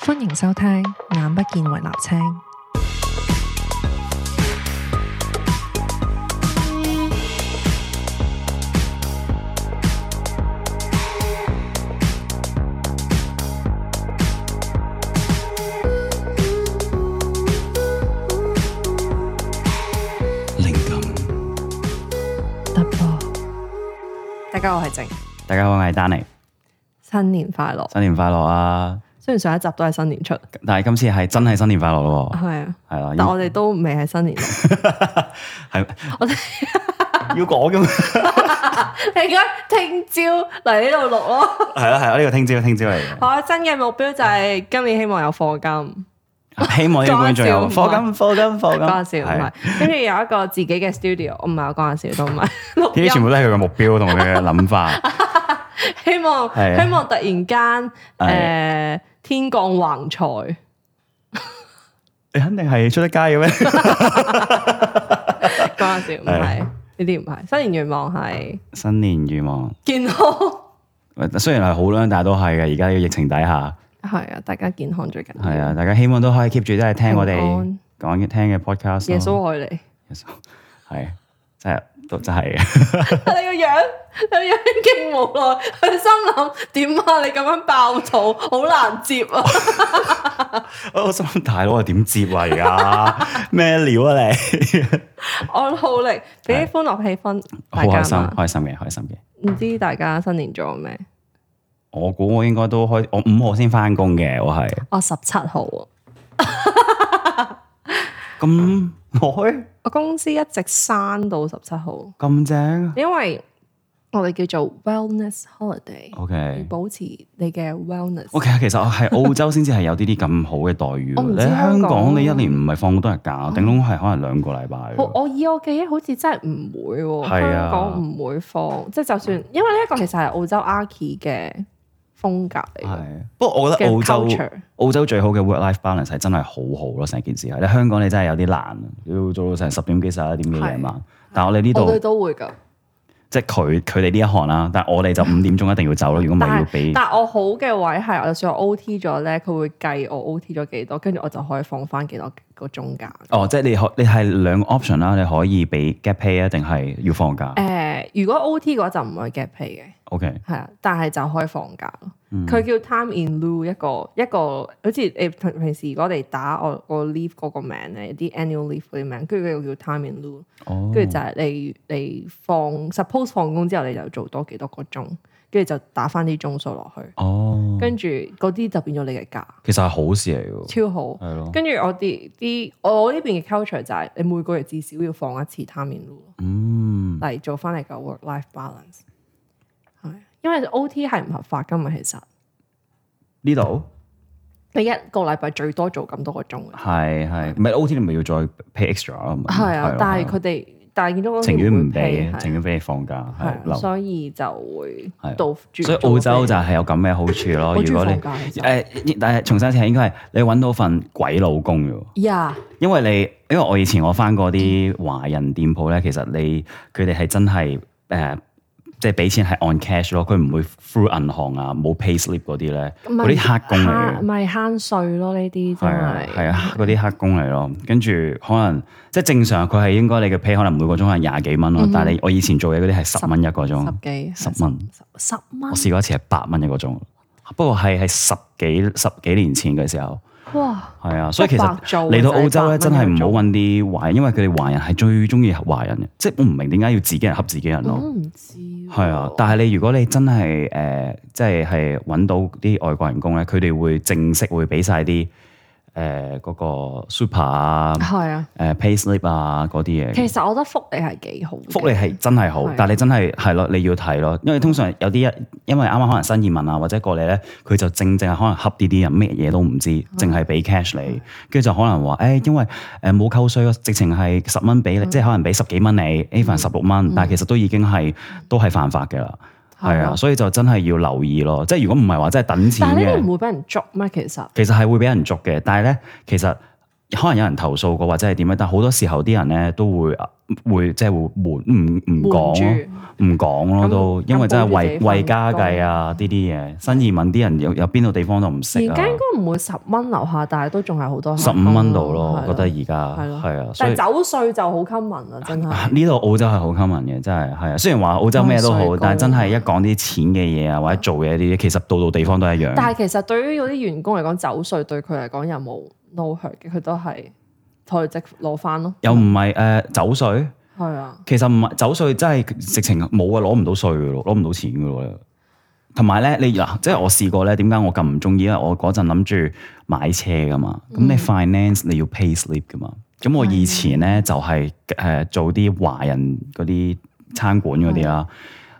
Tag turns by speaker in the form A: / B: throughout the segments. A: 歡迎收聽《眼不見為辣青》。
B: 靈感。
A: 突破。大家好，我係靜，
B: 大家好，我係丹尼，
A: 新年快樂。
B: 新年快樂啊！
A: 雖然上一集都係新年出，
B: 但係今次係真係新年快樂咯喎，
A: 係啊，
B: 係
A: 但
B: 啦，
A: 我哋都未係新年錄。
B: 係
A: 我哋
B: 要講 噶嘛，
A: 你應該聽朝嚟呢度錄 咯。
B: 係啦係啦，呢個聽朝聽朝嚟嘅
A: 我嘅新嘅目標就係今年希望有課金，，
B: 希望呢個觀眾有
A: 講
B: 課
A: 下笑
B: 金課金課
A: 講
B: 金，
A: 下笑
B: 係
A: 唔係。啊跟住有一個自己嘅 studio，唔係我講下笑都唔 係錄
B: 呢啲全
A: 音。
B: 部都係佢嘅目標同佢嘅諗法，
A: 希望
B: 係啊
A: 希望突然間誒天降橫財。
B: 你肯定係出得街嘅咩？
A: 講下笑，唔係啊呢啲唔係，新年願望係
B: 新年願望
A: 健康，
B: 雖然係好啦，但係都係嘅。而家呢個疫情底下，
A: 係啊，大家健康最緊要。
B: 係啊，大家希望都可以 keep 住都係聽我哋
A: 平安
B: 講嘅聽嘅 podcast 咯。
A: 耶穌愛你，
B: 耶穌係真係都真係嘅。
A: 但你個樣，你個樣勁無奈，佢心諗點啊？你咁樣爆肚，好難接啊！
B: 我心諗大佬啊，點接啊而家 咩料啊你？
A: 我好力，俾啲歡樂氣氛
B: 好
A: 大
B: 開
A: 家
B: 心，
A: 嘛。
B: 開心嘅，開心嘅。
A: 唔知大家新年做咗咩？
B: 我估我應該都開，我五號先翻工嘅，我係
A: 我十七號啊，
B: 咁耐
A: 我公司一直閂到十七號，
B: 咁正。
A: 因為我哋叫做 wellness holiday，
B: O
A: 要
B: K
A: 保持你嘅 wellness。
B: O K，其實我喺澳洲先至係有呢啲咁好嘅待遇。
A: 我唔
B: 你
A: 知
B: 喺香
A: 香港哦
B: 港你一年唔係放好多日假，頂籠係可能兩個禮拜。
A: 我我以我記憶好似真係唔會喎、
B: 係啊
A: 香港唔會放，即係就算，因為呢一個其實係澳洲 Archi 嘅風格嚟嘅，
B: 係，不過我覺得澳
A: 嘅
B: 洲
A: culture
B: 澳洲最好嘅 work-life balance 係真係好好咯，成件事係。你香港你真係有啲難，要做到成十點幾、十一點幾夜晚。但係我哋呢
A: 我
B: 度
A: 哋都會㗎。
B: 即係佢佢哋呢一行啦，但係我哋就五點鐘一定要走咯，如果唔係要
A: 嗯但係
B: 俾
A: 但係我好嘅位係，我就算我 OT 咗咧，佢會計我 OT 咗幾多，跟住我就可以放翻幾多個鐘假。
B: 哦，即係你可你係兩個 option 啦，你可以俾 gap pay 啊，定係要放假
A: 誒、如果 OT 嘅話就唔會 get pay 嘅，
B: ？OK，
A: 係啊，但係就可以放假咯。
B: 嗯
A: 佢、叫 time in lieu 一個一個，好似你平平時如果你打我個 leave 嗰個名咧，啲 annual leave 嗰啲名，跟住佢又叫 time in lieu。
B: 哦，
A: 跟住就係你你放 suppose 放工之後你就做多幾多個鐘，跟住就打翻啲鐘數落去，
B: 哦，
A: 跟住嗰啲就變咗你嘅價，
B: 其實係好事嚟嘅喎，
A: 超好。
B: 係咯，
A: 跟住我哋啲我呢邊嘅 culture 就係你每個月至少要放一次 time in lieu
B: 嗯，
A: 嚟做翻你個 work life balance。係，因為 OT 係唔合法噶嘛，其實
B: 呢度
A: 你一個禮拜最多做咁多個鐘
B: 嗯
A: 嘅。
B: 係係，唔係 OT 你咪要再 pay extra 啊嘛，
A: 嗯係啊
B: 咯，
A: 但係
B: 咯
A: 佢哋但係見到嗰
B: 情願唔俾，
A: 係
B: 情願俾你放假係
A: 係啊，
B: 留，
A: 所以就會
B: 係啊
A: 到
B: 所以澳洲就係有咁嘅好處咯。
A: 我
B: 如果
A: 中意
B: 你
A: 放假其實
B: 誒，但係重新睇應該係你揾到份鬼老公嘅喎。
A: 呀
B: 因為你，因為我以前我翻過啲華人店鋪咧，其實你佢哋係真係誒、呃即係俾錢係 on cash 咯，佢唔會 through 銀行啊，冇 pay slip 嗰啲咧，
A: 唔係
B: 嗰啲黑工嚟
A: 慳
B: 嘅，
A: 咪慳税咯，呢啲真
B: 係啊係
A: 係。
B: 啊，嗰啲黑工嚟咯。跟住可能即係正常，佢係應該你嘅 pay 可能每個鐘係廿幾蚊咯，但係你我以前做嘢嗰啲係十蚊一個
A: 嗯十
B: 鐘，
A: 幾
B: 十蚊，
A: 十十蚊
B: 我，試過一次係八蚊一個鐘，不過係係十幾十幾年前嘅時候。
A: 哇！
B: 係啊，所以其
A: 白做
B: 實嚟到澳洲咧，
A: 就係
B: 真
A: 白
B: 係
A: 蚊
B: 唔
A: 去做
B: 好揾啲華人，因為佢哋華人係最中意華人嘅，即係我唔明點解要自己人恰自己人
A: 我
B: 咯。
A: 唔知喎。
B: 係啊，但係你如果你真係誒、呃即係係揾到啲外國人工咧，佢哋會正式會俾晒啲誒嗰個 super 啊、誒、
A: 係啊，
B: pay slip 啊嗰啲嘢。
A: 其實我覺得福利係幾好嘅，
B: 福利係真係好
A: 係，
B: 但係你真係係咯，你要睇咯，因為通常有啲一，因為啱啱可能新移民啊或者過嚟咧，佢就正正係可能恰啲啲人，咩嘢都唔知，
A: 嗯
B: 淨係俾 cash 你，跟住就可能話誒、因為誒冇扣税，直情係十蚊
A: 嗯
B: 俾你，即係可能俾十幾蚊你，even 十六蚊，但係其實都已經係都係犯法嘅啦，係
A: 係
B: 啊，
A: 咯
B: 所以就真係要留意咯，即係如果唔係話真係等錢
A: 但係呢
B: 嘅
A: 啲。唔會俾人捉咩？其實
B: 其實係會俾人捉嘅，但係咧，其實可能有人投訴過或者係點樣，但好多時候啲人咧都會啊會即係會悶，唔唔講咯
A: 瞞住，
B: 唔講咯
A: 咁
B: 都，因為真係
A: 咁保住自
B: 為
A: 己份
B: 為家計啊呢啲嘢，新移民啲人有有邊度地方都唔識
A: 而
B: 啊，
A: 家應該唔會十蚊樓下，但係都仲係好多
B: 十
A: 香
B: 五
A: 港
B: 蚊度咯，
A: 係
B: 我覺得
A: 咯
B: 而家
A: 係咯
B: 係啊，所
A: 但
B: 以
A: 係酒税就好 common 啦，真係。
B: 呢度澳洲係好 common 嘅，真係係啊。雖然話澳洲咩都
A: 咁
B: 好，
A: 細個
B: 但係真係一講啲錢嘅嘢啊，或者做嘢呢啲，其實度度地方都一樣。
A: 但係其實對於嗰啲員工嚟講，酒税對佢嚟講又冇 no hurt 嘅，佢都係台籍攞翻咯。
B: 又唔係誒走税，
A: 係啊，
B: 其實唔係走税，真係直情冇啊，攞唔到税嘅咯，攞唔到錢嘅咯。同埋咧，你嗱，即係我試過咧，點解我咁唔中意？因為我嗰陣諗住買車噶嘛，咁你 finance 你要 pay slip 噶嘛。咁我以前咧就係、呃做啲華人嗰啲餐館嗰啲啦，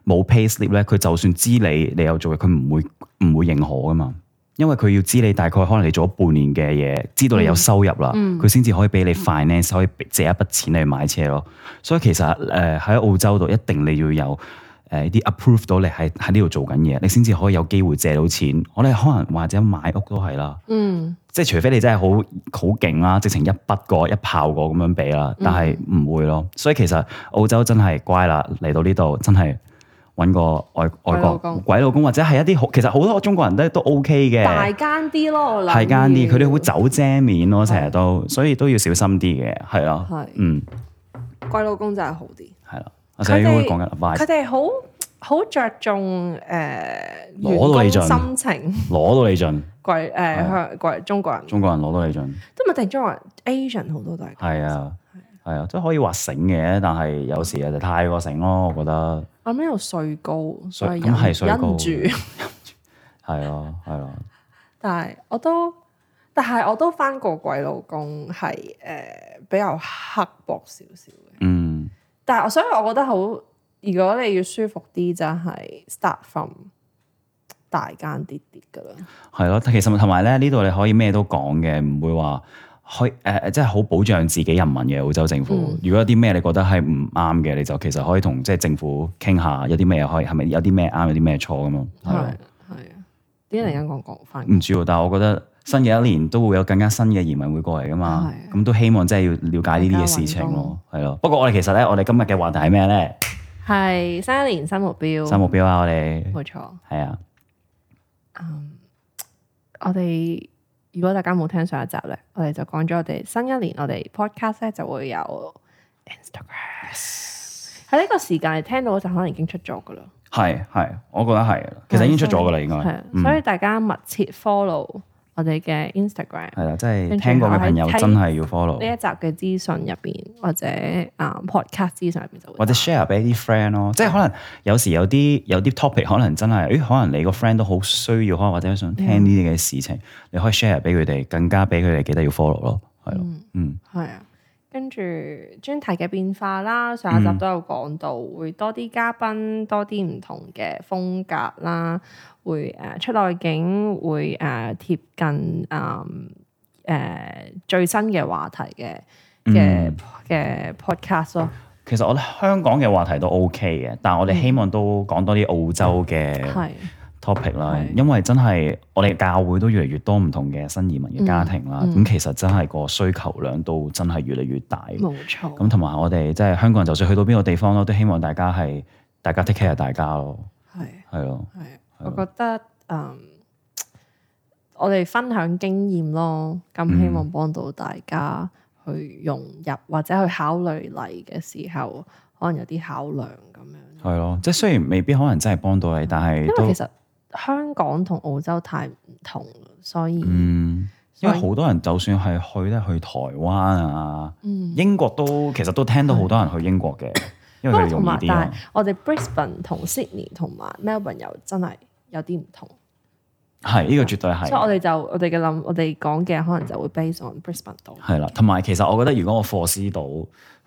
B: 冇 pay slip 咧，佢就算知你你有做嘅，佢唔會唔會認可噶嘛。因為佢要知你大概可能你做咗半年嘅嘢，知道你有收入啦，佢先至可以俾你 finance，可以俾借一筆錢你去買車咯。所以其實呃誒喺、澳洲度一定你要有誒啲 approve 到你喺喺呢度做緊嘢，你先至可以有機會借到錢。我哋可能或者買屋都係啦，
A: 嗯，
B: 即係除非你真係好好勁啦，直情一筆過一炮過咁樣俾
A: 嗯
B: 啦，但係唔會咯。所以其實澳洲真係乖啦，嚟到呢度真係揾個外外
A: 鬼老
B: 國
A: 公
B: 鬼老公，或者係一啲好其實好多中國人都都 OK 嘅。
A: 大間啲咯，我諗
B: 係間啲，
A: 啊要
B: 佢哋會走遮面咯，成日都，所以都要小心啲嘅，係咯
A: 係，
B: 嗯，
A: 鬼老公真係好啲。
B: 係啦，我成日都會講緊 advice，
A: 佢哋好好着重誒、呃、
B: 攞
A: 員
B: 到
A: 工
B: 你
A: 心情，
B: 攞到你盡，
A: 貴誒香貴中國人，
B: 中國人攞到你 盡，
A: 都唔係定中國人 Asian 好多都係咁。
B: 係啊，係啊，即係可以話醒嘅，但係有時啊就太過醒咯，我覺得
A: 阿咩又税高，
B: 税
A: 所以
B: 咁
A: 忍
B: 係税
A: 忍
B: 高
A: 唔住。
B: 係咯，係咯，
A: 但係我都，但係我都翻過鬼老公係誒、呃比較刻薄少少嘅。
B: 嗯，
A: 但係我所以我覺得好，如果你要舒服啲，就係 start from 大間啲啲㗎啦。
B: 係咯，其實同埋咧呢度你可以咩都講嘅，唔會話。可以誒誒，即係好保障自己人民嘅澳洲政府。
A: 嗯
B: 如果有啲咩你覺得係唔啱嘅，你就其實可以同即係政府傾下，有啲咩可以係咪有啲咩啱，有啲咩錯咁咯。係
A: 係
B: 咯
A: 係啊，點解突然間講講翻？
B: 唔知喎，但係我覺得新嘅一年都會有更加新嘅移民會過嚟噶嘛，
A: 係
B: 咁都希望真係要了解呢啲嘅事情咯，係咯。不過我哋其實咧，我哋今日嘅話題係咩咧？
A: 係新一年新目標，
B: 新目標啊，我哋
A: 冇錯。
B: 係啊，
A: 我哋如果大家冇聽上一集咧，我哋就講咗我哋新一年我哋 podcast 咧就會有 Instagram。喺呢個時間你聽到就可能已經出咗噶啦，
B: 係係，我覺得係，其實已經出咗噶啦，應該
A: 係啊，
B: 嗯
A: 所以大家密切 follow 我哋嘅 Instagram。
B: 係啦，即係
A: 跟住
B: 聽過嘅朋友
A: 我喺
B: 真係要
A: 呢
B: follow，
A: 一集嘅資訊入邊，或者啊 podcast 資訊入邊就會
B: 或者 share 俾啲 friend 咯，即係可能有時有啲有啲 topic 可能真係，誒可能你個 friend 都好需要，可能或者想
A: 嗯
B: 聽呢啲嘅事情，你可以 share 俾佢哋，更加俾佢哋記得要 follow 咯，係咯，嗯，
A: 係啊。跟住專題嘅變化啦，上一集都有講到，會多啲嘉賓，多啲唔同嘅風格啦，會誒、呃出內景，會誒、呃、貼近誒誒、嗯呃最新嘅話題嘅嘅嘅 podcast 咯，
B: 其實我覺得香港嘅話題都 OK 嘅，但係
A: 嗯
B: 我哋希望都講多啲澳洲嘅
A: 係
B: topic 啦，
A: 嗯係
B: 因為真係我哋教會都越嚟越多唔同嘅新移民嘅家庭啦，
A: 嗯
B: 咁、其實真係個需求量都真係越嚟越大。
A: 冇錯。
B: 咁同埋我哋即係香港人，就算去到邊個地方咯，都希望大家係大家 take care 大家咯，
A: 係
B: 係咯，
A: 係，我覺得嗯，我哋分享經驗咯，咁希望幫到大家去融入或者去考慮嚟嘅時候，可能有啲考量咁樣。
B: 係咯，即係雖然未必可能真係幫到你，但
A: 因
B: 係都
A: 為其實香港同澳洲太唔同啦，所以
B: 嗯。因為
A: 所以
B: 好多人就算係去咧，去台灣啊、
A: 嗯，
B: 英國都其實都聽到好多人去英 國嘅，因
A: 不
B: 為佢
A: 過
B: 哋容
A: 同
B: 易
A: 埋
B: 啲啊
A: 但係。我哋 Brisbane 同 Sydney 同埋 Melbourne 又真係有啲唔同，
B: 係呢、個絕對
A: 所以我
B: 係，
A: 哋就我哋嘅諗，我哋講嘅可能就會 based on Brisbane 度。
B: 係啦。同埋其實我覺得，如果我 foresee 到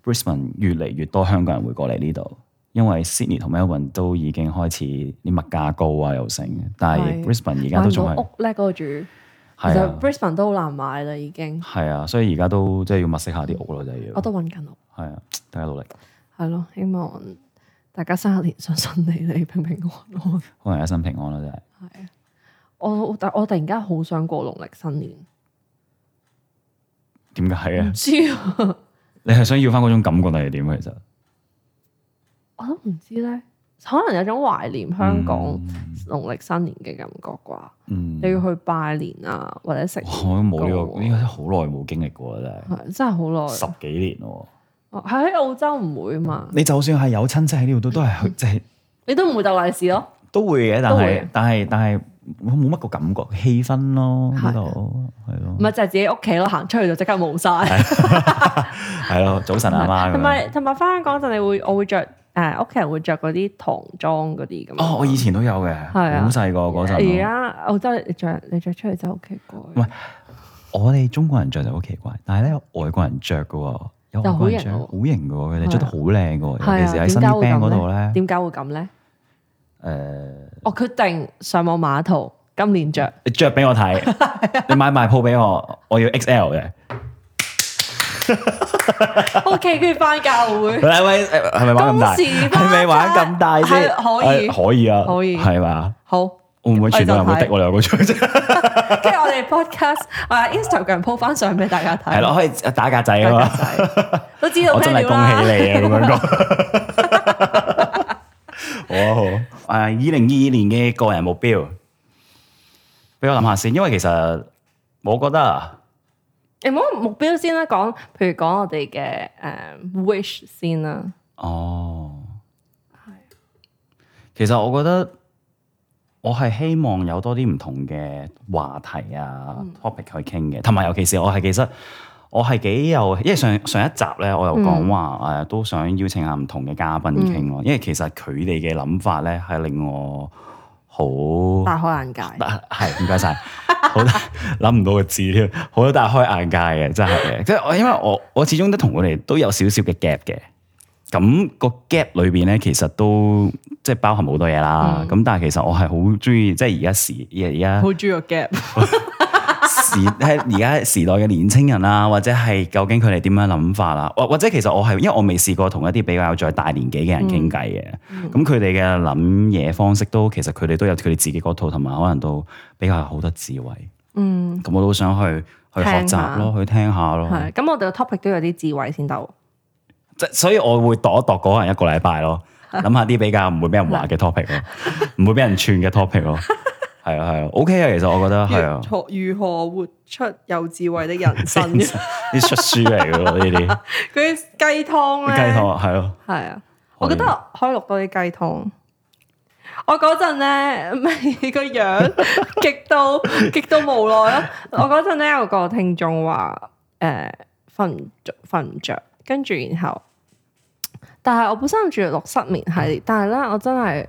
B: Brisbane 越嚟越多香港人會過嚟呢度，因為 Sydney 同 Melbourne 都已經開始啲物價高啊又剩，但係
A: 係
B: Brisbane 而家
A: 買
B: 都
A: 唔
B: 仲
A: 到
B: 係
A: 屋咧，嗰個住。其
B: 係啊
A: 實 Brisbane 都好難買啦，已經。
B: 係啊，所以而家都即係要物色下啲屋咯，就係要
A: 我都揾緊屋，
B: 係啊，大家努力。
A: 係咯，希望大家新一年順順利利、平平安安。
B: 可能一生平安啦，真係。
A: 我但我突然間好想過農曆新年，
B: 點解嘅
A: 嗯唔？知啊，
B: 你係想要翻嗰種感覺定係點啊？其實
A: 我都唔知咧，可能有種懷念香港農曆新年嘅感覺啩。
B: 嗯，
A: 你要去拜年啊，或者食
B: 哇我都冇呢
A: 糕
B: 個，
A: 啊
B: 應該好耐冇經歷過啦，
A: 係真係好
B: 真係十
A: 耐。
B: 幾年喎。
A: 哦喺澳洲唔會嘛，
B: 你就算係有親戚喺呢度，都都係去即係
A: 你都唔會鬥利是咯。
B: 都會嘅，但
A: 嗯都會
B: 係
A: 嘅
B: 但係但係冇乜個感覺氣氛咯，
A: 係
B: 呢度係咯
A: 唔係就係自己屋企咯，行出去就即刻冇晒。
B: 係咯，早晨啊阿媽咁
A: 同
B: 樣。
A: 埋同埋翻香港嗰陣，你會我會着誒屋企人會着嗰啲唐裝嗰啲咁。
B: 哦，我以前都有嘅，
A: 係啊
B: 好細個嗰
A: 而
B: 陣。
A: 家澳洲你着你着出去真係好奇
B: 喂
A: 怪，
B: 我哋中國人着就好奇怪，但係咧外國人着嘅喎，有外國人着
A: 就
B: 好
A: 好型
B: 型嘅喎，佢哋着得好靚嘅
A: 係啊
B: 喎，尤其是喺
A: 點解
B: 新
A: 會
B: band
A: 咁
B: 嗰度咧。
A: 點解會咁咧？
B: 誒，
A: 我決定上網買一套，今年着。
B: 你着俾我睇， 你買埋鋪俾我，我要 XL 嘅。
A: O K，跟住翻教
B: 係
A: 會。
B: 咪係咪玩咁大？
A: 公事包
B: 係咪玩咁大先？
A: 係可以
B: 係可以啊，
A: 可以
B: 係嘛？
A: 好。
B: 會唔會全部人會滴我兩個出？
A: 跟住我哋 podcast 啊 Instagram po 翻相俾大家睇，
B: 係咯，可以打格仔啊
A: 大家
B: 嘛！
A: 睇，都知 道
B: 我
A: 咩
B: 真係
A: 料
B: 恭喜
A: 啦。
B: 你啊啊！咁樣講。好啊好啊，誒二零二二年嘅個人目標，俾我諗下先，因為其實我覺得啊，
A: 你唔好目標先啦，講譬如講我哋嘅誒 wish 先啦，
B: 哦，其實我覺得我係希望有多啲唔同嘅話題啊、topic 去傾嘅，同埋尤其是我係其實我係幾有，因為上上一集咧，我有講話誒、都想邀請下唔同嘅嘉賓傾咯，因為其實佢哋嘅諗法咧係令我好
A: 大開眼界。
B: 啊 係，唔該晒，好大諗唔到個字添，好大開眼界嘅，真係嘅。即係我因為我我始終都同佢哋都有少少嘅 gap 嘅。咁個 gap 裏邊咧，其實都即係包含好多嘢啦。咁、但係其實我係好中意，即係而家時而家
A: 好中意個 gap，
B: 時 喺而家時代嘅年青人啊，或者係究竟佢哋點樣諗法啊，或或者其實我係因為我未試過同一啲比較再大年紀嘅人傾偈嘅，
A: 嗯
B: 咁佢哋嘅諗嘢方式都其實佢哋都有佢哋自己嗰套，同埋可能都比較有好多智慧。
A: 嗯，
B: 咁我都想去去學
A: 聽下
B: 習咯，去聽下咯。
A: 係。咁我哋個 topic 都有啲智慧先得喎。
B: 即所以我會度一度嗰人一個禮拜咯，諗下啲比較唔會俾人話嘅 topic 咯，唔會俾人串嘅 topic 咯。係啊係啊，OK 啊，其實我覺得係啊。
A: 學如何活出有智慧的 人生？嗰
B: 啲出書嚟嘅咯，呢啲雞
A: 啲雞湯咧，
B: 湯係咯。
A: 係啊，我覺得可以錄多啲雞湯。我嗰陣咧， 咪個樣 極到 極到無奈咯。我嗰陣咧有個聽眾話，誒瞓唔着，瞓唔着，跟住然後，但係我本身諗住錄失眠系列，但係咧我真係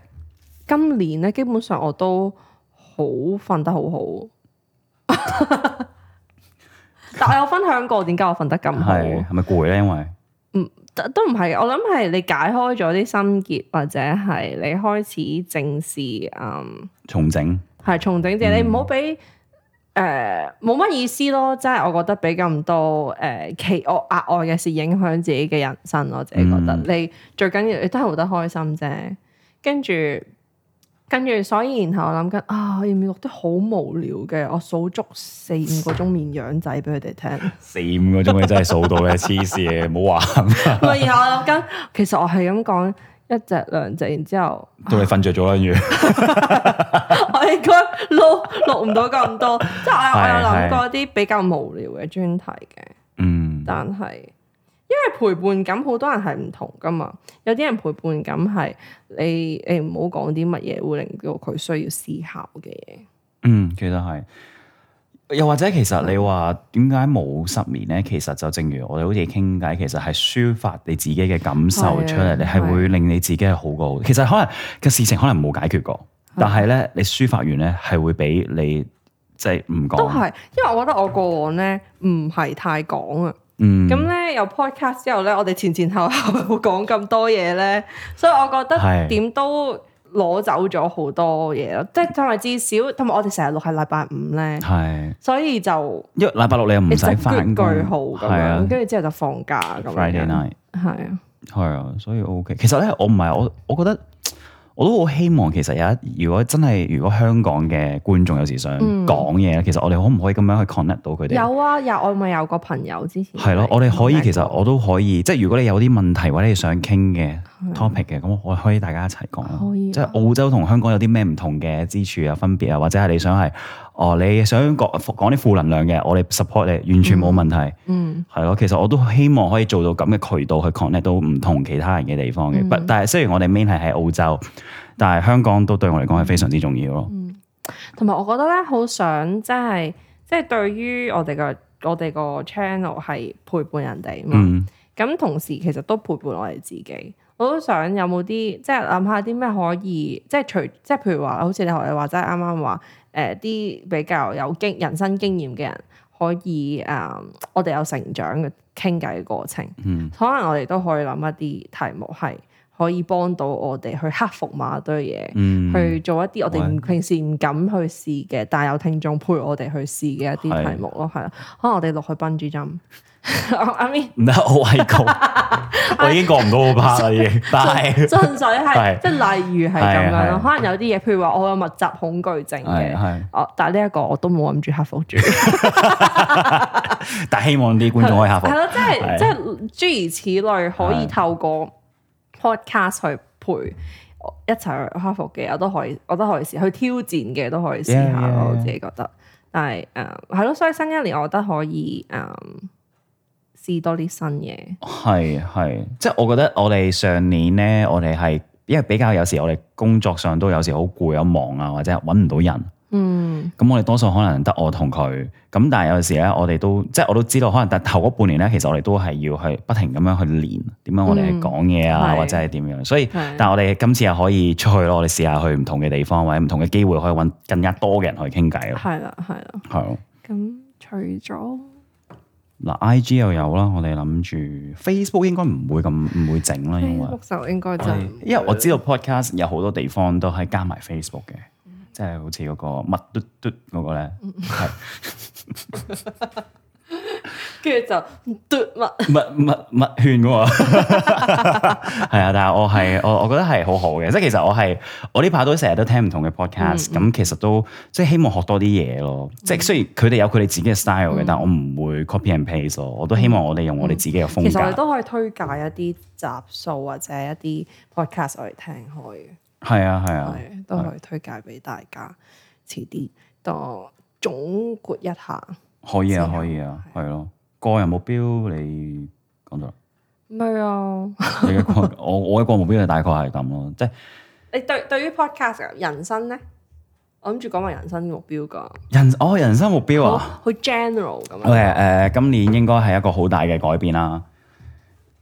A: 今年咧，基本上我都好瞓得好好。 但我有分享過點解我瞓得咁好。
B: 係係咪攰咧？因為
A: 都都唔係，我諗係你解開咗啲心結，或者係你開始正視，嗯，
B: 重整
A: 係重整自己，你唔好俾誒冇乜意思咯。即係我覺得俾咁多誒、呃其我額外嘅事影響自己嘅人生，我自己覺得、
B: 嗯
A: 你最緊要你都係活得開心啫。跟住跟住，所以然後我諗緊啊，我要唔要錄啲好無聊嘅？我數足四五個鐘綿羊仔俾佢哋聽。
B: 四五個鐘，你真係數到嘅，黐線嘅，冇玩。
A: 唔係，然後我諗緊，其實我係咁講一隻兩隻，然之後
B: 到你瞓着咗啦，跟住
A: 我應該錄錄唔到咁多，即係我有我有諗過啲比較無聊嘅專題嘅，
B: 嗯
A: 但係因為陪伴感好多人係唔同噶嘛，有啲人陪伴感係你你唔好講啲乜嘢會令到佢需要思考嘅嘢，
B: 嗯，其實係。又或者其實你話點解冇失眠咧？其實就正如我哋好似傾偈，其實係抒發你自己嘅感受出
A: 係啊
B: 嚟，你係會令你自己係好過好。其實可能嘅事情可能冇解決過，但係咧你抒發完咧係會俾你即係唔
A: 都
B: 講。
A: 係因為我覺得我過往咧唔係太講啊。
B: 嗯，
A: 咁咧有 podcast 之後咧，我哋前前後後冇講咁多嘢咧，所以我覺得
B: 係
A: 點都攞走咗好多嘢咯，
B: 嗯
A: 即係同埋至少同埋我哋成日錄係禮拜五咧，
B: 係。
A: 所以就
B: 因為禮拜六你又唔
A: 你
B: 使
A: 就
B: 翻
A: 句
B: 工
A: 號咁
B: 係啊
A: 樣，跟住之後就放假咁樣。
B: ，Friday night
A: 係啊，
B: 係啊，所以 OK。其實咧，我唔係我，我覺得我都好希望其實有一，如果真係如果香港嘅觀眾有時想
A: 嗯
B: 講嘢，其實我哋可唔可以咁樣去 connect 到佢哋？
A: 有啊，有我咪有個朋友之前
B: 係咯，
A: 係
B: 我哋可以
A: 同
B: 其
A: 你
B: 實我都可以，即係如果你有啲問題或者你想傾嘅 topic 嘅，咁我可以大家一齊講啦
A: 可以啊
B: 即係澳洲同香港有啲咩唔同嘅之處啊、分別啊，或者係你想係哦，你想講講啲負能量嘅，我哋 support 你，完全冇問題。
A: 嗯
B: 係咯，其實我都希望可以做到咁嘅渠道去 connect 到唔同其他人嘅地方嘅。
A: 嗯
B: 不、但係雖然我哋 main 係喺澳洲，但係香港都對我嚟講係非常之重要咯。
A: 同埋我覺得咧，好想即係即係對於我哋個我哋個 channel 係陪伴人哋嘛。
B: 嗯，
A: 咁同時其實都陪伴我哋自己。我都想有冇啲即係諗下啲咩可以，即係除即係譬如話，好似你學你話齋啱啱話誒啲比較有經人生經驗嘅人，可以誒、我哋有成長嘅傾偈嘅過程，
B: 嗯
A: 可能我哋都可以諗一啲題目係可以幫到我哋去克服某一堆嘢。
B: 嗯，啊
A: 去做一啲我哋唔
B: 喂
A: 平時唔敢去試嘅，但有聽眾陪我哋去試嘅一啲
B: 係
A: 題目咯，係啦，可能我哋落去賓主 針，阿 mean
B: 唔得，嗯我畏高，我已經過唔到個 part 啦， 已經。但係
A: 純粹係
B: 係
A: 即係例如係咁樣咯，
B: 係係
A: 可能有啲嘢，譬如話我有密集恐懼症
B: 係
A: 嘅，
B: 係，
A: 我但係呢一個我都冇諗住克服住，
B: 但係希望啲觀眾可以克服
A: 係。咯，即係
B: 係
A: 即係諸如此類，可以
B: 係
A: 透過 podcast 去陪。一齊去克服嘅，我都可以，我都可以試，去挑戰嘅都可以試下
B: Yeah, yeah,
A: 咯。
B: yeah.
A: 我自己覺得，但係誒係咯，所以新一年我覺得可以誒、嗯、試多啲新嘢。
B: 哦係係，即係我覺得我哋上年咧，我哋係因為比較有時我哋工作上都有時好攰、好忙啊，或者揾唔到人。
A: 嗯
B: 咁我哋多數可能得我同佢，咁但係有時咧，我哋都即係我都知道，可能但頭嗰半年咧，其實我哋都係要去不停咁樣去練點樣我哋去講嘢啊，
A: 嗯係
B: 或者係點樣。所以
A: 係
B: 但係我哋今次係可以出去咯，我哋試下去唔同嘅地方或者唔同嘅機會，可以揾更加多嘅人去傾偈咯。
A: 係啦，係啦。
B: 係咯
A: 咁除咗
B: 嗱，I G 又有啦，我哋諗住 Facebook 應該唔會咁唔會整啦，因為
A: Facebook 就應該就
B: 啊係因為我知道 podcast 有好多地方都係加埋 Facebook 嘅。即係好似嗰個乜嘟嘟嗰個咧，係
A: 跟住就嘟乜
B: 乜乜乜圈噶嘛， 係啊！但係我係我我覺得係好好嘅，即係其實我係我呢排都成日都聽唔同嘅
A: 嗯
B: podcast，咁、其實都即係希望學多啲嘢咯。即
A: 嗯
B: 係雖然佢哋有佢哋自己嘅 style 嘅，但我唔會 copy and paste 咯。我都希望我哋用我哋自己嘅風
A: 嗯其實我哋
B: 格。
A: 都可以推介一啲集數或者一啲 podcast 我哋聽開嘅，
B: 係啊係啊，
A: 係都可以推介俾大家。遲啲當總括一下，
B: 可以啊
A: 之後
B: 可以啊，係咯。個人目標你講咗啦，
A: 咩啊？
B: 你嘅個 我我嘅個人目標就大概係咁咯，即係
A: 你對對於 podcast 嘅人生咧，我諗住講埋人生目標㗎，
B: 人我人生目標
A: 好
B: 啊。
A: 好 general 咁
B: 誒誒、
A: 樣。
B: 呃今年應該係一個好大嘅改變啦。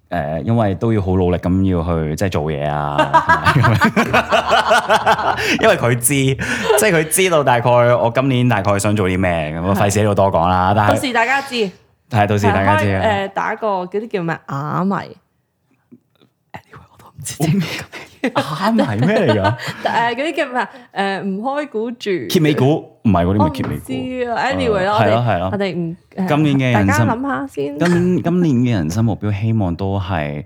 B: 誒、因為都要好努力咁要去即係做嘢啊， 同埋咁樣因為佢知，即係佢知道大概我今年大概想做啲咩，咁我啊費事喺度多講啦。但
A: 到
B: 係
A: 時大家知，
B: 係到時大家知
A: 係可以
B: 啊。
A: 誒打個嗰啲叫咩啞謎。Anyway，我都唔知。
B: 啱啊係咩嚟㗎？
A: 誒嗰啲叫咩啊？誒唔開估住，
B: 揭尾股唔係嗰啲
A: 我
B: 咪
A: 唔
B: 揭尾股。
A: 知啊。anyway 啦，我
B: 係咯
A: 哋
B: 係咯
A: 我哋唔誒
B: 今年嘅
A: 大
B: 人
A: 家
B: 生
A: 諗下先。
B: 今年今年嘅人生目標希望都係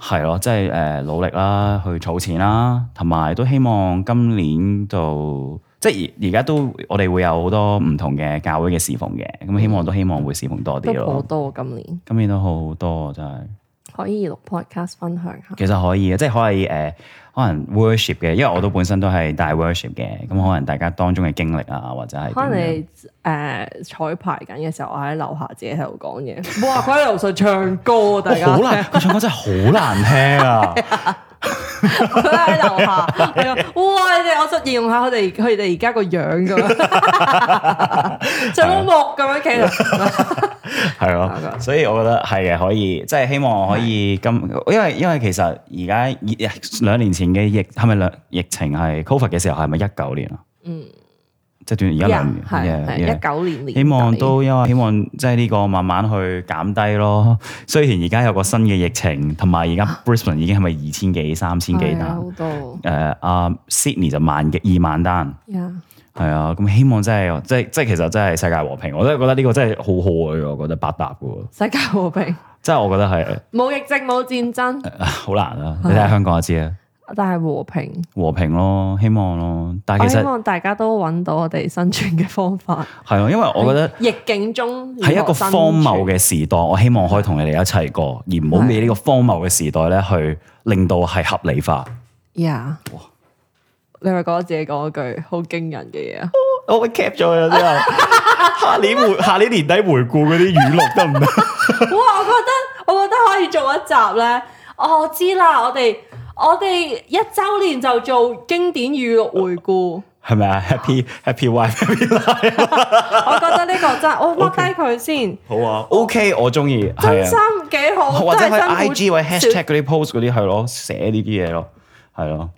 B: 係咯，即係誒、呃努力啦，去儲錢啦，同埋都希望今年就即係而而家都我哋會有好多唔同嘅教會嘅侍奉嘅，咁希望都希望會侍奉多
A: 都
B: 啲
A: 好
B: 咯。
A: 多今年
B: 今年都好多真係，
A: 可以錄 podcast 分享下。
B: 其實可以嘅，即係可以誒、呃可能 worship 嘅，因為我都本身都係大 worship 嘅，咁可能大家當中嘅經歷啊，或者係
A: 可能
B: 點樣
A: 你誒彩排緊嘅時候，我喺樓下自己喺度講嘢。哇！佢喺樓上唱歌，啊大
B: 哇
A: 家
B: 哦好難，佢唱歌真係好難聽 啊！
A: 佢喺樓下，係啊！哇！你哋，我想形容下佢哋佢哋而家個樣 咁樣，做到木咁樣企喺
B: 啊
A: 度。
B: 係
A: 啊
B: 咯，所以我覺得係嘅，可以即係希望可以今，因為因為其實而家疫兩年前嘅疫係咪兩疫情係 Covid 嘅時候係咪一九年啊？嗯，即係短而家兩年
A: 係
B: yeah, yeah
A: 係一九年年底
B: 希望都因為希望即係呢個慢慢去減低咯。雖然而家有個新嘅疫情，同埋而家 Brisbane 已經係咪二千幾、三千幾
A: 啊係啊
B: 單？
A: 好多
B: 誒啊、Sydney 就萬幾二萬單。
A: 呀。
B: 係啊，咁希望真係，即係即係其實真係世界和平，我真係覺得呢個真係好好嘅，我覺得百搭嘅喎，
A: 世界和平，
B: 即係我覺得係
A: 冇疫症冇戰爭，
B: 好難啊！你睇下香港就知啦，
A: 但係和平。
B: 和平咯，希望咯。但係
A: 我
B: 其
A: 希
B: 實
A: 望大家都揾到我哋生存嘅方法。
B: 係啊咯，因為我覺得。
A: 逆境中
B: 喺一個荒謬嘅時代，我希望可以同你哋一齊過，而唔好俾呢個荒謬嘅時代咧，去令到係合理化。
A: 呀你咪覺得自己講嗰句好驚人嘅嘢啊？
B: 我 cap 咗佢啊之後，下年 回下年年底回顧嗰啲語錄得唔得？
A: 哇！我覺得我覺得可以做一集咧。哦我知啦，我哋我哋一周年就做經典語錄回 顧。
B: 係咪啊？Happy Happy Wife Happy Life
A: 我覺得呢個真係，我 mark 低佢先。
B: 好啊，OK，我中意，係
A: 真
B: 啊
A: 心，幾好，
B: 或者
A: 真
B: 喺
A: 係
B: IG
A: 辛苦
B: 或者
A: 少
B: hashtag 嗰啲 post 嗰啲係咯，寫呢啲嘢咯，係咯，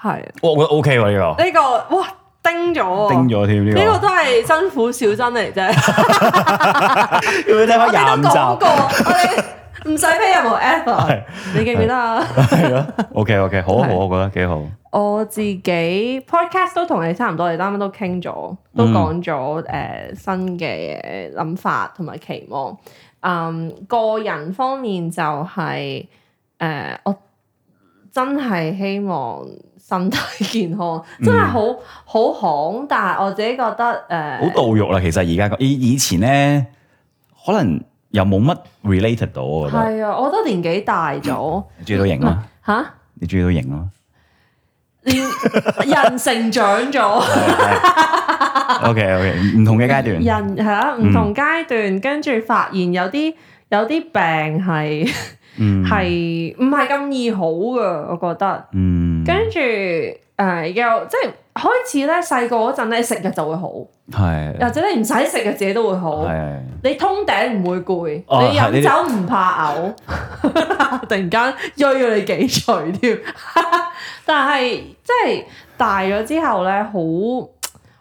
A: 係
B: 我我覺得 OK 喎呢
A: 呢個哇叮咗
B: 個，
A: 喎，
B: 叮咗添
A: 呢個
B: 呢
A: 都係辛苦小真嚟啫。
B: 個，要唔要聽
A: 我
B: 翻
A: 哋
B: 廿
A: 都
B: 五
A: 講過，
B: 集？
A: 我哋唔使俾任何 effort。你記唔記得啊？
B: 係咯，OK OK，好啊好啊，我覺得幾好。
A: 我自己 podcast 都同你差唔多，你啱啱都傾咗，
B: 嗯
A: 都講咗誒新嘅諗法同埋期望。嗯，個人方面就係、誒、我真係希望身體健康，
B: 嗯
A: 真係好好行，但係我自己覺得誒、
B: 好道肉啦，其實而家個以以前咧，可能又冇乜 related 到，我覺得。
A: 係嗯啊，我覺得年紀大咗
B: 你注意到型啦，
A: 嚇，
B: 你注意到型啊 啦。
A: 年人成長咗。
B: O K O K，唔同嘅嗯階段，
A: 人係啊，唔同階段，跟住發現有啲有啲病係
B: 嗯
A: 係唔係咁易好噶，我覺得。
B: 嗯，
A: 跟住誒、呃又即係開始咧，細個嗰陣咧食藥就會好，
B: 係
A: 或者你唔使食藥自己都會好。
B: 係
A: 你通頂唔會攰，
B: 哦
A: 你
B: 係呢
A: 飲
B: 啲
A: 酒唔怕 嘔，突然間追咗你幾錘添。 但係即係大咗之後咧，好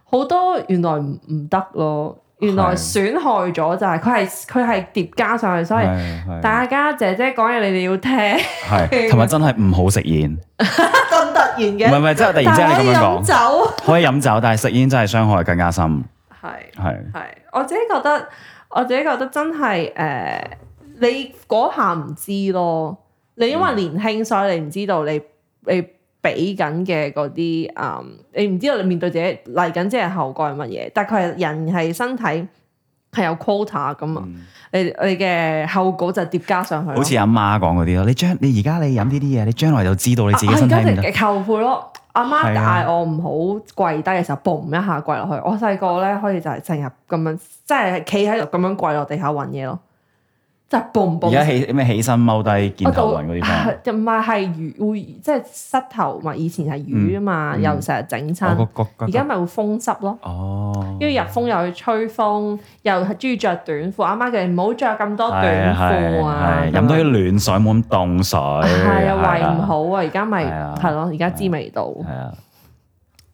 A: 好多原來唔唔得咯，原來
B: 係
A: 損害咗就係佢係佢係疊加上去，所以
B: 係係
A: 大家姐姐講嘢你哋要聽，
B: 係，同埋真係唔好食煙，唔
A: 咁突然嘅，
B: 係唔係，即係突然之間
A: 但係可
B: 你咁
A: 以
B: 樣
A: 飲
B: 講，
A: 酒
B: 可以飲酒，但係食煙真係傷害更加深，
A: 係。
B: 係
A: 係，我自己覺得，我自己覺得真係誒、呃你嗰下唔知咯，你因為
B: 嗯
A: 年輕，所以你唔知道你你俾緊嘅嗰啲誒，你唔知道你面對自己嚟緊即係後果係乜嘢，但係佢係人係身體係有 quota 噶嘛，你你嘅後果就疊加上去咯。
B: 嗯好似阿媽講嗰啲咯，你將你而家你飲呢啲嘢，你將來就知道你自己
A: 啊
B: 身體
A: 我而
B: 唔
A: 家
B: 得，
A: 直後悔咯。阿媽
B: 係啊
A: 嗌我唔好跪低嘅時候，嘣一下跪落去。我細個咧可以就係成日咁樣，即係企喺度咁樣跪落地下揾嘢咯，即係嘣
B: 而家
A: 嘣。
B: 起咩起身踎低見頭
A: 到
B: 暈嗰啲咩？
A: 又唔係係魚會即係膝頭咪以前係魚啊嘛，
B: 嗯嗯
A: 又成日整
B: 我個
A: 親，
B: 個個
A: 啊而家咪會風濕咯。
B: 哦，
A: 跟住入風又去吹風，又係中意着短褲。阿媽叫你唔好着咁多短褲啊，
B: 係係係
A: 咁
B: 飲多
A: 樣
B: 啲暖水，冇咁凍水，
A: 係啊，胃唔
B: 啊。
A: 好啊，而家咪
B: 係啊
A: 係咯，而家知味道。
B: 係啊，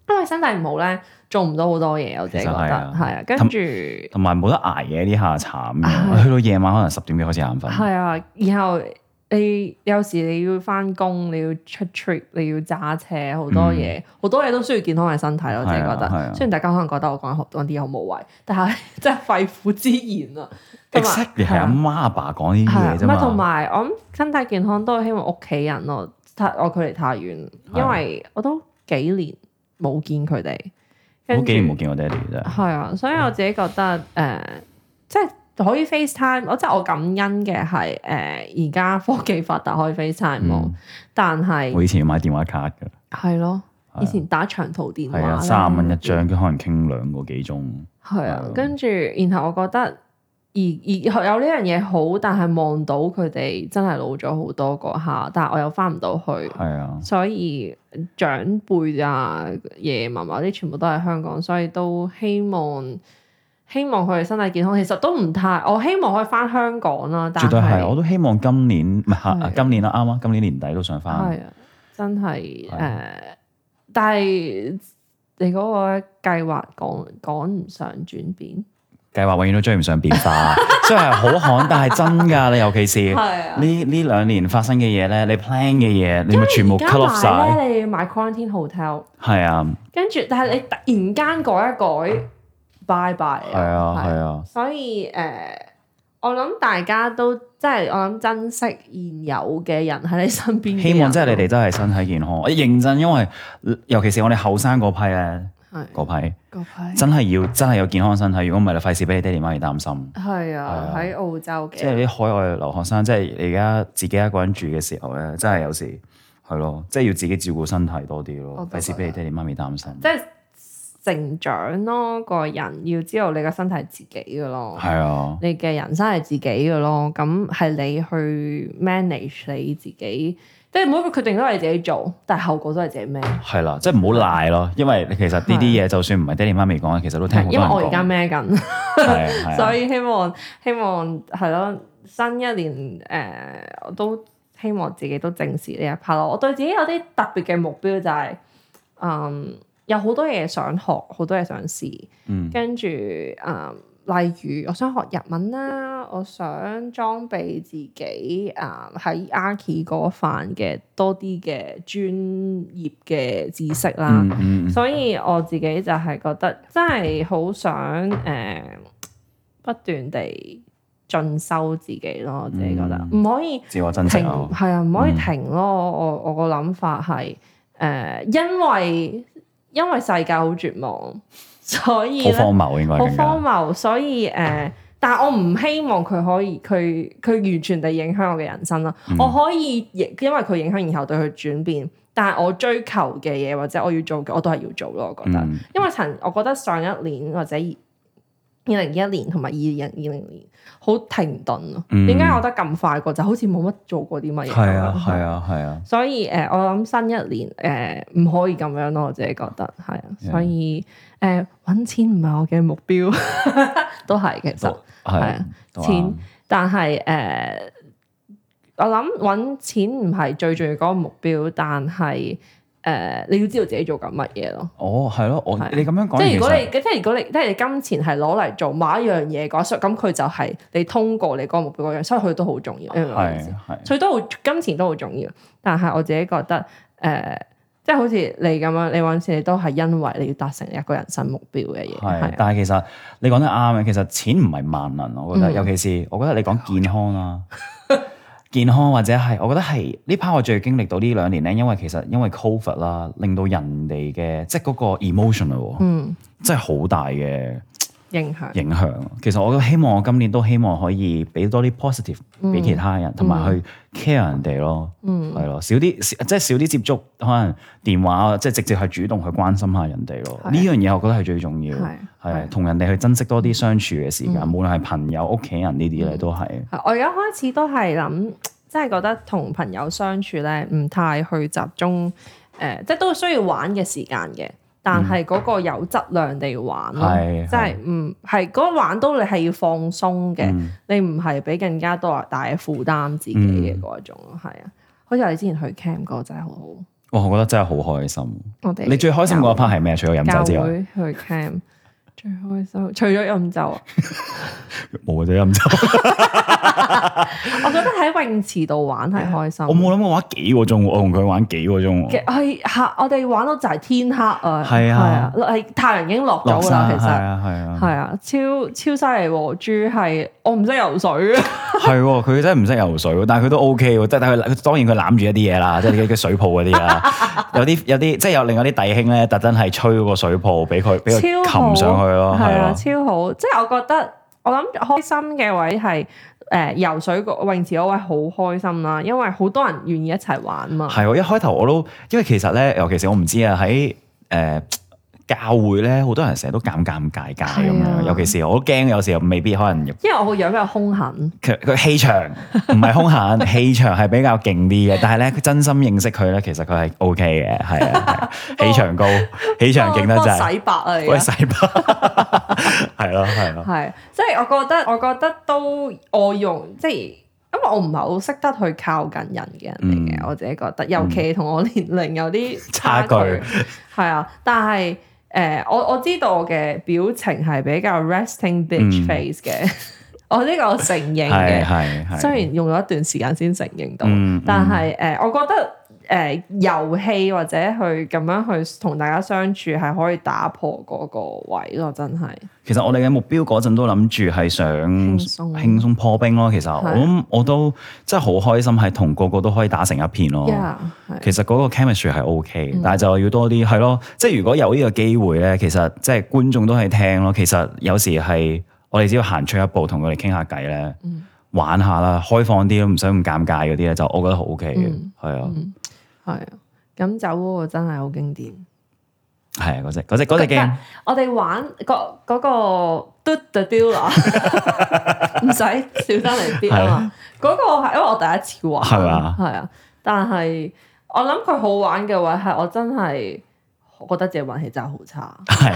A: 因為身體唔好咧，做唔到好多嘢，我自己覺得
B: 其實係啊
A: 係啊。跟
B: 同
A: 住係
B: 同埋冇得捱夜呢下慘
A: 係
B: 嘅，去到夜晚可能十點幾開始眼瞓，
A: 啊，然後你有時你要翻工，你要出 trip，你要揸車，好多嘢，好多嘢都需要健康嘅身體咯。我自己覺
B: 嗯係啊係
A: 得
B: 啊，
A: 雖然大家可能覺得我講講啲嘢好無謂，但係 真係肺腑之言啊。同埋
B: exactly 係阿媽阿爸講呢啲
A: 係啊
B: 嘢啫
A: 唔係同
B: 嘛，
A: 埋我諗身體健康都係希望屋企人咯，太我距離太遠，因為我都幾年冇見佢哋，
B: 好
A: 跟住
B: 幾年冇見我爹哋啫，
A: 係啊，所以我自己覺得誒、呃即係可以 FaceTime。我即係我感恩嘅係誒，而家科技發達可以 FaceTime 咯、
B: 嗯
A: 但係
B: 我以前要買電話卡㗎，
A: 係咯，
B: 係啊
A: 以前打長途電話
B: 係啊，
A: 咧
B: 三十蚊一張，跟可能傾兩個幾鐘，
A: 係啊
B: 係啊，
A: 跟住然後我覺得而而有呢樣嘢好，但係望到佢哋真係老咗好多嗰下，但係我又翻唔到去。
B: 係啊，
A: 所以呃長輩啊、爺嫲嫲啲全部都喺香港，所以都希望希望佢哋身體健康。其實都唔太，我希望可以翻香港啦，但
B: 絕對係，我
A: 係
B: 都希望今年唔係
A: 係
B: 下今年啦，啱啊，今年年底都想翻，
A: 係啊，真係誒、
B: 係
A: 但係你嗰個計劃趕趕唔上轉變，
B: 計劃永遠都追唔上變 化，雖然係好旱，但係真㗎，你尤其是。
A: 係啊。
B: 呢呢兩年發生嘅嘢咧，你 plan 嘅嘢，你咪全部 cut off
A: 而家
B: 晒。
A: 買咧，你要買 quarantine hotel，
B: 係啊，
A: 跟住但係你突然間改一改，拜拜
B: 啊
A: 啊
B: 係啊，係啊。
A: 所以誒、呃我諗大家都即係我諗珍惜現有嘅人喺你身邊嘅人咯。
B: 希望即係你哋真係身體健康，認真，因為尤其是我哋後生嗰批咧，
A: 係
B: 嗰批
A: 嗰批
B: 真係要真係有健康身體，如果唔係你費事俾你爹哋媽咪擔心。
A: 係啊，
B: 係啊
A: 喺澳洲
B: 即係
A: 嘅
B: 啲海外留學生，即係你而家自己一個人住嘅時候咧，真係有時係咯，即係要自己照顧身體多啲
A: 我
B: 咯，
A: 都
B: 費事俾你爹哋媽咪擔心。
A: 即係成長咯，個人要知道你個身體係自己嘅咯。
B: 係啊，
A: 你嘅人生係自己嘅咯，咁係你去 manage 你自己，即係每一個決定都係你自己做，但係後果都係自己孭。
B: 係啦，即係唔好賴咯，因為你其實呢啲嘢就算唔係爹哋媽咪講，其實都聽好
A: 因為我
B: 多人
A: 而家
B: 講。
A: 孭緊，
B: 係啊係啊
A: 所以希望希望係咯，新一年誒、呃我都希望自己都正視呢一 part 咯。我對自己有啲特別嘅目標就係、嗯，有好多嘢想學，好多嘢想試，
B: 嗯
A: 跟住誒、嗯例如我想學日文啦，我想裝備自己誒喺 Archi 嗰範嘅多啲嘅專業嘅知識啦。
B: 嗯嗯嗯
A: 所以我自己就係覺得真係好想誒、呃不斷地進修自己咯，我自己覺得唔、可以
B: 自我珍惜
A: 停，
B: 啊。
A: 係啊，唔可以
B: 嗯
A: 停咯。我我個諗法係誒、呃因為因為世界好絕望，所以
B: 好
A: 咧
B: 荒謬應該
A: 好
B: 更加嗯
A: 荒。謬，所以誒、呃但我唔希望佢可以佢佢完全地影響我嘅人生啦。
B: 嗯
A: 我可以亦因為佢影響，然後對佢轉變，但係我追求嘅嘢或者我要做嘅，我都係要做咯。我覺得，
B: 嗯
A: 因為曾我覺得上一年或者二零二一年同埋二零二零年好停頓咯。
B: 啊嗯
A: 點解、我覺得咁快過，就好似冇乜做過啲乜嘢咁樣。
B: 係啊係啊係啊，
A: 所以誒、呃我諗新一年誒呃唔、可以咁樣咯，我自己覺得係啊。
B: Yeah.
A: 所以誒揾、錢唔係我嘅目標， 都係其
B: 都，
A: 實係
B: 係
A: 啊
B: 都
A: 錢
B: 啱
A: 但係誒、呃我諗揾錢唔係最重要嗰個目標，但係誒、呃你要知道自己做緊乜嘢咯。
B: 哦係咯，我
A: 係啊
B: 你咁樣講，
A: 即係
B: 其
A: 如果
B: 實
A: 你，即係如果你，即係你金錢係攞嚟做某一樣嘢嗰一 shot，咁佢就係你通過你嗰個目標嗰樣，所以佢都好重要。你明唔明我意思
B: 係係
A: 所以都好金錢都好重要。但係我自己覺得誒、呃即係好似你咁樣，你揾錢你都係因為你要達成一個人生目標嘅嘢，
B: 係，
A: 係啊
B: 但係其實你講得啱嘅，其實錢唔係萬能，我覺得，
A: 嗯
B: 尤其是我覺得你講健康 啦、健康或者係，我覺得係呢排我最經歷到呢兩年咧，因為其實因為 Covid 啦，令到人哋嘅即係嗰個 emotional，
A: 嗯
B: 即係好大嘅
A: 影響。
B: 影響。其實我都希望我今年都希望可以俾多啲 positive 俾其他人，同埋、去 care 人哋咯，
A: 嗯
B: 係咯，少啲少即係少啲接觸，可能電話啊，即係直接去主動去關心下人哋咯。
A: 係
B: 呢樣嘢我覺得係最重要，
A: 係係嗯
B: 係啊同人哋去珍惜多啲相處嘅時間，無論係朋友、屋企人呢啲咧都係。
A: 係我而家開始都係諗，即係覺得同朋友相處咧，唔太去集中，誒、呃即係都需要玩嘅時間嘅，但係嗰個有質量地玩咯，
B: 嗯係
A: 即嗯係唔係嗰玩到你係要放鬆嘅，
B: 嗯
A: 你唔係俾更加多大嘅負擔自己嘅
B: 嗯
A: 嗰一種咯，係啊、好似我哋之前去 camp 嗰個真係好好，
B: 哇！我覺得真係好開心。
A: 我哋
B: 你最開心嗰一 part 係咩？啊除咗飲
A: 教
B: 酒之外，
A: 會去 camp 最開心，除咗飲酒啊。
B: 冇啊咗飲酒。
A: 我覺得喺泳池度玩係開心。
B: 啊我冇諗過玩幾個鐘喎，我同佢玩幾個鐘喎。
A: 嘅係嚇，我哋玩到就係天黑啊，
B: 係啊
A: 係係太陽已經落
B: 落
A: 咗啦，
B: 山
A: 其
B: 係
A: 實
B: 啊係啊
A: 係，啊，超超犀利喎！豬係我唔識游水啊，
B: 係喎，佢真係唔識游水喎，但係佢都 O K 喎，即係但係佢當然佢攬住一啲嘢啦，即係佢水泡嗰啲 啦，有啲有啲即係有另外啲弟兄咧，特登係吹嗰個水泡俾佢 俾佢
A: 超好
B: 擒上去咯，
A: 係
B: 係
A: 啊，
B: 咯，
A: 超好！即係我覺得我諗開心嘅位係誒游水個泳池嗰位好開心啦，因為好多人願意一齊玩嘛。
B: 係喎，一開頭我都因為其實咧，尤其是我唔知啊，喺誒、呃教會咧，好多人成日都尷尷尬尬咁
A: 係啊
B: 樣，尤其是我都驚有時候未必可能
A: 因為我個樣比較兇狠，
B: 佢佢氣場唔係空閒， 氣場係比較勁啲嘅。但係咧，佢真心認識佢咧，其實佢係 O K 嘅，係啊，
A: 哦
B: 係氣場高，氣場勁得
A: 幫我
B: 滯。
A: 洗白啊！而
B: 喂，
A: 家
B: 洗吧， 係咯，係咯，
A: 係，即係我覺得，我覺得都我用即係，因為我唔係好識得去靠近人嘅人嚟嘅，
B: 嗯
A: 我自己覺得，尤其同我年齡有啲
B: 差距
A: 係啊，但係誒、呃我我知道我嘅表情係比較 resting
B: 嗯
A: bitch face 嘅， 我呢個我承認
B: 係
A: 嘅，
B: 係係。
A: 雖然用咗一段時間先承認到，
B: 嗯
A: 但係誒、呃我覺得誒、誒遊戲或者去咁樣去同大家相處，係可以打破嗰個位咯，真係。
B: 其實我哋嘅目標嗰陣都諗住係想
A: 鬆
B: 輕鬆破冰咯。其實我諗我都真係好開心，係同個個都可以打成一片咯。
A: Yeah，係
B: 哦
A: 嗯
B: 其實嗰個 chemistry 係 OK，、但係就要多啲係咯。即係如果有呢個機會咧，其實即係觀眾都係聽咯。其實有時係我哋只要行出一步，同佢哋傾下偈咧，
A: 嗯
B: 玩下啦，開放啲咯，唔使咁尷尬嗰啲咧，就我覺得好 OK 嘅，係、
A: 嗯
B: 啊，
A: 係啊，咁酒嗰個真係好經典。
B: 係啊，嗰只嗰只嗰只 game
A: 我哋玩嗰嗰個嘟嘟雕 啦，唔使小得嚟啲啊嘛。嗰個係因為我第一次玩，
B: 係嘛
A: 係啊，但係我諗佢好玩嘅位係我真係覺得自己運氣真係好差。
B: 係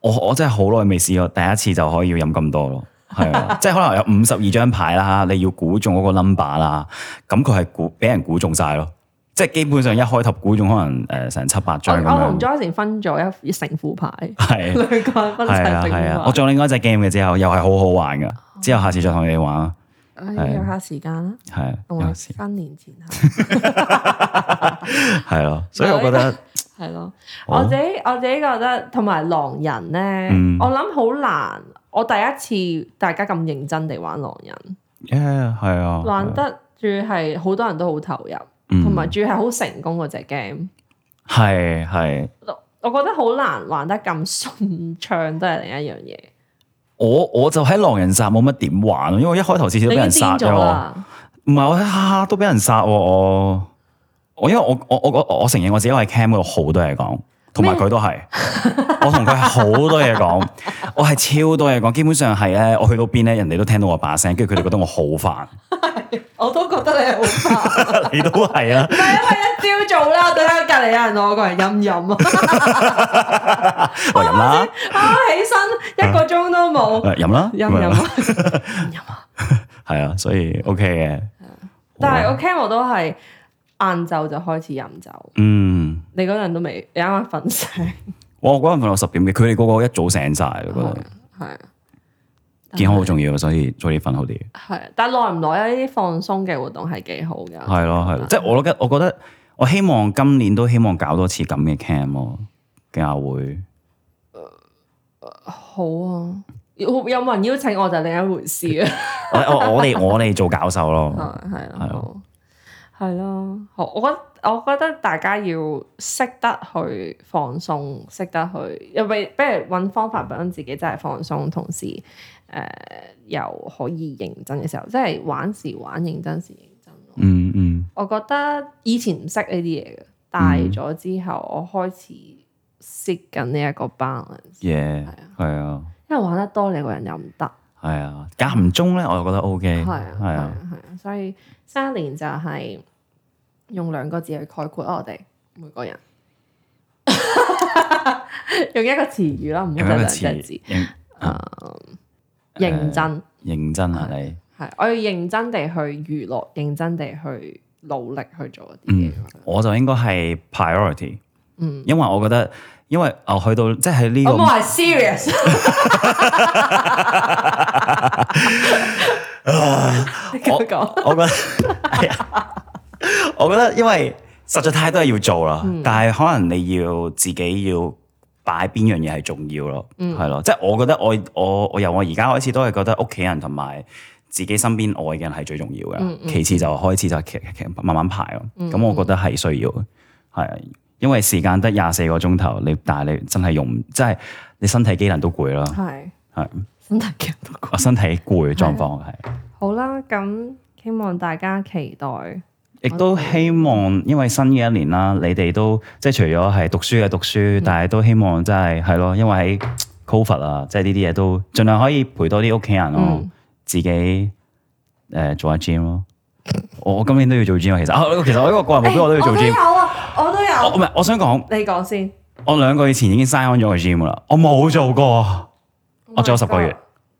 B: 我我真係好耐未試過，第一次就可以飲咁多咯。係 啊，即係可能有五十二張牌啦，你要估中嗰個 number 啦，咁佢係估俾人估中晒咯，即係基本上一開頭估中可能誒成七八
A: 我
B: 張咁
A: 我同
B: 樣，
A: Joyce 分咗一成副牌，
B: 係
A: 兩個人分哦
B: 係
A: 晒
B: 啊
A: 成
B: 係啊，我
A: 副牌。哎
B: 仲有另外一隻 game 嘅之後，又係好好玩噶，之後下次再同你哋玩啦，啊
A: 唉約哎下時間啦，
B: 係
A: 同我
B: 有時
A: 新年前 後。
B: 係咯，所以我覺
A: 啊
B: 得
A: 係咯，
B: 好啊
A: 我自己我自己覺得，同埋狼人咧，
B: 嗯
A: 我諗好難。我第一次大家咁認真地玩狼人，
B: Yeah，係啊，
A: 玩得住係好多人都好投入，
B: 嗯
A: 同埋住係好成功嗰只 game。
B: 係係。
A: 我覺得好難玩得咁順暢，都係另一樣嘢。
B: 我我就喺狼人殺冇乜點玩咯，因為一開頭次次都俾
A: 你已
B: 人
A: 經
B: 殺
A: 癲
B: 咗
A: 咗
B: 我。
A: 啦，
B: 唔係我下下都俾人殺喎，我我因為我我我我我承認我自己喺 cam 嗰度好多嘢講，同埋佢都係，我同佢係好多嘢 講，我係超多嘢講，基本上係咧，我去到邊咧，人哋都聽到我把聲，跟住佢哋覺得我好煩，
A: 我都覺得你好怕。
B: 你都係 啊，
A: 唔係因為一朝早啦，我對喺隔離有人同我講係陰飲啊。
B: 喂飲啦，
A: 啊！起身一個鐘都冇，
B: 喂飲啦，
A: 飲
B: 咁樣
A: 飲啊，飲啊！
B: 係啊，所以 OK 嘅，
A: 但係
B: 好啊
A: 我 cam 我都係晏晝就開始飲酒，
B: 嗯，
A: 你嗰陣都未，你啱啱瞓醒，
B: 我嗰陣瞓到十點嘅，佢哋個個一早醒晒，我覺得
A: 係啊
B: 健康好重要，所以早啲瞓好啲。
A: 係啊，但係耐唔耐啊？呢啲放鬆嘅活動係幾好㗎，
B: 係咯，係咯，即係我覺得，我覺得我希望今年都希望搞多次咁嘅 cam 咯，嘅亞會
A: 好啊！有有冇人邀請我就另一回事啊，
B: 我我我 哋我哋做教授咯，
A: 係係
B: 係啊
A: 咯，好係咯，好，我覺得我覺得大家要識得去放鬆，識得去，又咪不如揾方法俾自己真係放鬆，同時誒、呃又可以認真嘅時候，即係玩時玩，認真時認真咯。
B: 嗯嗯，
A: 我覺得以前唔識呢啲嘢嘅，大咗之後我開始識緊呢一個 balance，
B: 耶，係啊，
A: 因為玩得多你個人又唔得，
B: 係啊，間唔中咧我又覺得 O K，
A: 係啊係
B: 係啊
A: 啊，係啊，所以新一年就係用兩個字去概括啊我哋每個人， 用一個詞語啦，唔好
B: 有
A: 就
B: 一個
A: 兩
B: 詞
A: 隻字，
B: 認
A: 認真
B: 認真啊你，
A: 係，我要認真地去娛樂，認真地去努力去做一啲
B: 嗯
A: 嘢，
B: 我就應該係 priority，
A: 嗯，
B: 因為我覺得，因為我去到即係喺呢
A: 我
B: 個
A: 冇係 serious。你繼續講，
B: 我覺得， 係啊我覺得因為實在太多嘢要做啦，但係可能你要自己要擺邊樣嘢係重要咯，係咯、即係我覺得我我我由我而家開始都係覺得屋企人同埋自己身邊愛嘅人係最重要嘅，其次就開始就其其慢慢排咯。咁、我覺得係需要嘅，係啊因為時間得廿四個鐘頭，你但係你真係用唔，即係你身體機能都攰啦，
A: 係
B: 係
A: 真係嘅。
B: 我身體攰狀況係。
A: 好啦，咁希望大家期待，
B: 亦都希望，因為新嘅一年啦，你哋都即係除咗係讀書嘅讀書，
A: 嗯
B: 但係都希望真係係咯，因為喺 Covid 啊，即係呢啲嘢都盡量可以陪多啲屋企人咯，
A: 嗯
B: 自己誒、呃做下 gym 咯。我我今年都要做 gym 啊，其實啊，其實我呢個個人目標我都要做 gym。
A: 有啊，我都
B: 我唔
A: 有。
B: 係，我想講，
A: 你講先，
B: 我兩個月前已經 sign on 咗個 gym 啦，我冇做過。我仲有
A: Oh my
B: 十個月
A: God，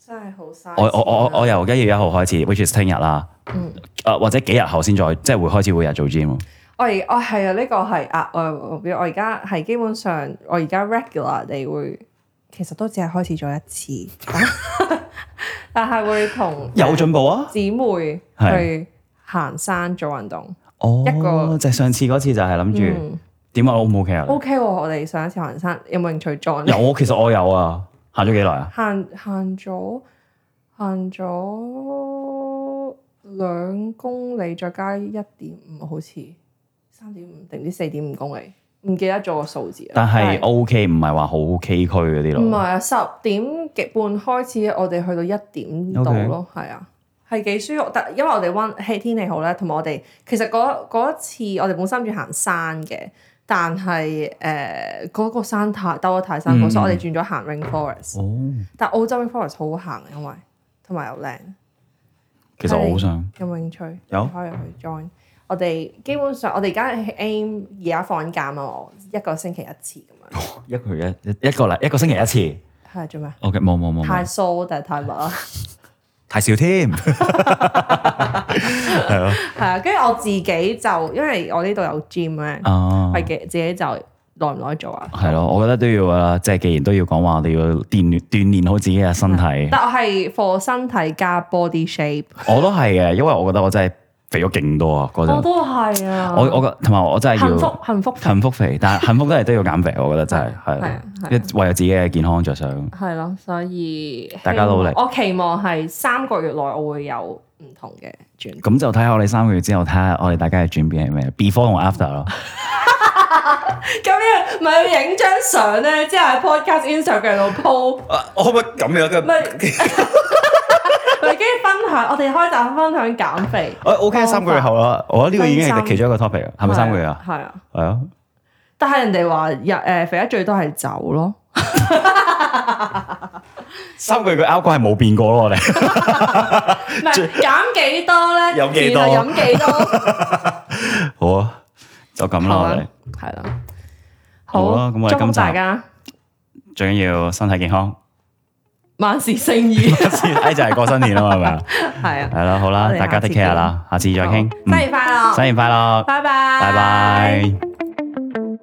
A: 真哦係好嘥。啊
B: 我我我我我由一月一號開始，which is 聽日啦，
A: 嗯
B: 啊或者幾日後先再，即係會開始每日做 gym 咯。
A: 我而我係啊，呢個係額外目標。我而家係基本上，我而家 regular 地會，其實都只係開始咗一次， 但係會同
B: 有進步啊！
A: 姊妹
B: 係
A: 去行山做運動，
B: 哦，
A: 一個
B: 即係上次嗰次就係諗住
A: 嗯
B: 點啊？O 唔 OK 啊？
A: ，OK 喎，我哋上一次行人山有冇興趣 join 咧？
B: 有，其實我有啊，行咗幾耐 啊？
A: 行行咗行咗兩公里，再加一點五，好似三點五定唔知四點五公里，唔記得咗個數字啦。
B: 但係 OK，唔係話好崎嶇嗰啲
A: 唔係
B: 咯。
A: 啊？十點幾半開始，我哋去到一點度咯，係啊。係幾舒服，但因為我哋温氣天氣好咧，同埋我哋其實嗰嗰一次我哋本身諗住行山嘅，但係誒嗰個山太兜得太辛苦，
B: 嗯
A: 所以我哋轉咗行 rainforest。
B: 哦，
A: 但澳洲 rainforest 好好行，因為同埋又靚，
B: 其實我好想
A: 有冇興趣？
B: 有
A: 可以去 join。我哋基本上我哋而家係 aim 而家放緊假嘛，我一個星期一次咁樣。
B: 一個月一一個禮一個星期一次。
A: 係做咩？
B: OK，冇冇冇冇
A: 太疏定係太密啦？
B: 太少 添。
A: 係啊，跟住我自己就因為我呢度有 gym 咧，
B: 啊，
A: 係嘅，自己就耐唔耐做啊？
B: 係咯，我覺得都要㗎啦。即係既然都要講話，我哋要鍛鍛鍊好自己嘅身體。
A: 嗯但我係 for 身體加 body shape，
B: 我都係嘅，因為我覺得我真係肥咗勁多啊！嗰陣
A: 都係啊
B: 我我覺同埋我真係
A: 幸
B: 要
A: 福幸福
B: 幸福肥，但係幸福都係都要減肥，我覺得真係 係
A: 係啊係啊
B: 因為為咗自己嘅健康着想。
A: 係咯，所以
B: 大家努力
A: 希望我期望係三個月內我會有唔同嘅轉變。
B: 咁就睇下我哋三個月之後，睇下我哋大家嘅轉變係咩，before 同 after 咯。
A: 咁樣咪要影張相咧，之後喺 podcast Instagram 度 po，
B: 啊我可唔可以咁樣嘅？
A: 咪咪跟住分享。我哋開集分享減肥，
B: 我 OK，三個啊月後啦，我覺得呢個已經係其中一個 topic 啦，係咪三個月啊？？
A: 係啊，
B: 係啊，
A: 但係人哋話日誒肥得最多係酒咯，
B: 三個月嘅 outcome 係冇變過咯，我 哋
A: 唔係減幾多咧？
B: 飲幾多
A: 然後飲幾多？
B: 好啊，就咁啦，我哋
A: 係啦，
B: 好啦咁我哋今
A: 祝福
B: 集
A: 大家
B: 最緊要身體健康，
A: 萬事勝意，
B: 先哎就係過新年啦嘛，係咪 啊？
A: 係啊，
B: 係啦，好啦
A: 我，哋
B: 大家
A: 下次
B: take care
A: 見
B: 啦，下次再
A: 好
B: 傾。
A: 新
B: 嗯
A: 年快樂，
B: 新年快樂，
A: 拜拜，
B: 拜
A: 拜
B: 拜。